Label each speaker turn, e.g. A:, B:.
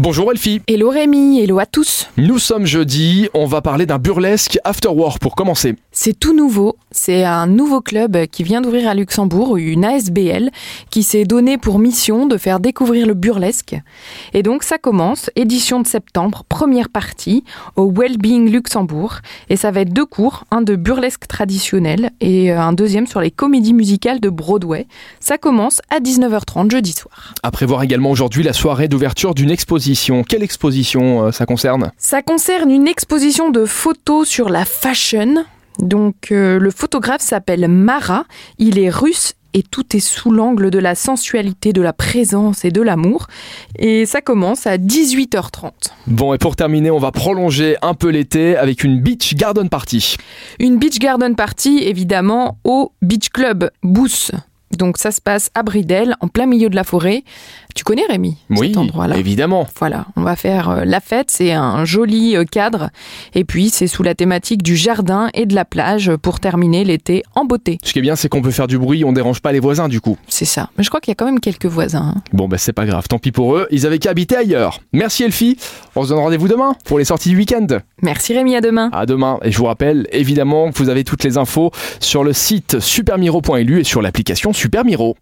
A: Bonjour Elfie.
B: Hello Rémi, hello à tous.
A: Nous sommes jeudi, on va parler d'un burlesque after war pour commencer.
B: C'est tout nouveau, c'est un nouveau club qui vient d'ouvrir à Luxembourg, une ASBL, qui s'est donné pour mission de faire découvrir le burlesque. Et donc ça commence, édition de septembre, première partie, au Wellbeing Luxembourg. Et ça va être deux cours, un de burlesque traditionnel et un deuxième sur les comédies musicales de Broadway. Ça commence à 19h30 jeudi soir.
A: À prévoir également aujourd'hui la soirée d'ouverture d'une exposition. Quelle exposition euh, ça concerne
B: Ça concerne une exposition de photos sur la fashion. Donc euh, le photographe s'appelle Mara, il est russe et tout est sous l'angle de la sensualité, de la présence et de l'amour. Et ça commence à 18h30.
A: Bon et pour terminer, on va prolonger un peu l'été avec une beach garden party.
B: Une beach garden party évidemment au Beach Club Bousse. Donc ça se passe à Bridel, en plein milieu de la forêt. Tu connais Rémi
A: Oui,
B: cet endroit-là
A: évidemment.
B: Voilà, on va faire euh, la fête, c'est un joli euh, cadre. Et puis c'est sous la thématique du jardin et de la plage pour terminer l'été en beauté.
A: Ce qui est bien, c'est qu'on peut faire du bruit, on dérange pas les voisins du coup.
B: C'est ça. Mais je crois qu'il y a quand même quelques voisins. hein.
A: Bon, bah c'est pas grave, tant pis pour eux, ils avaient qu'à habiter ailleurs. Merci Elfie, on se donne rendez-vous demain pour les sorties du week-end.
B: Merci Rémi, à demain.
A: À demain, et je vous rappelle évidemment que vous avez toutes les infos sur le site supermiro.lu et sur l'application Supermiro.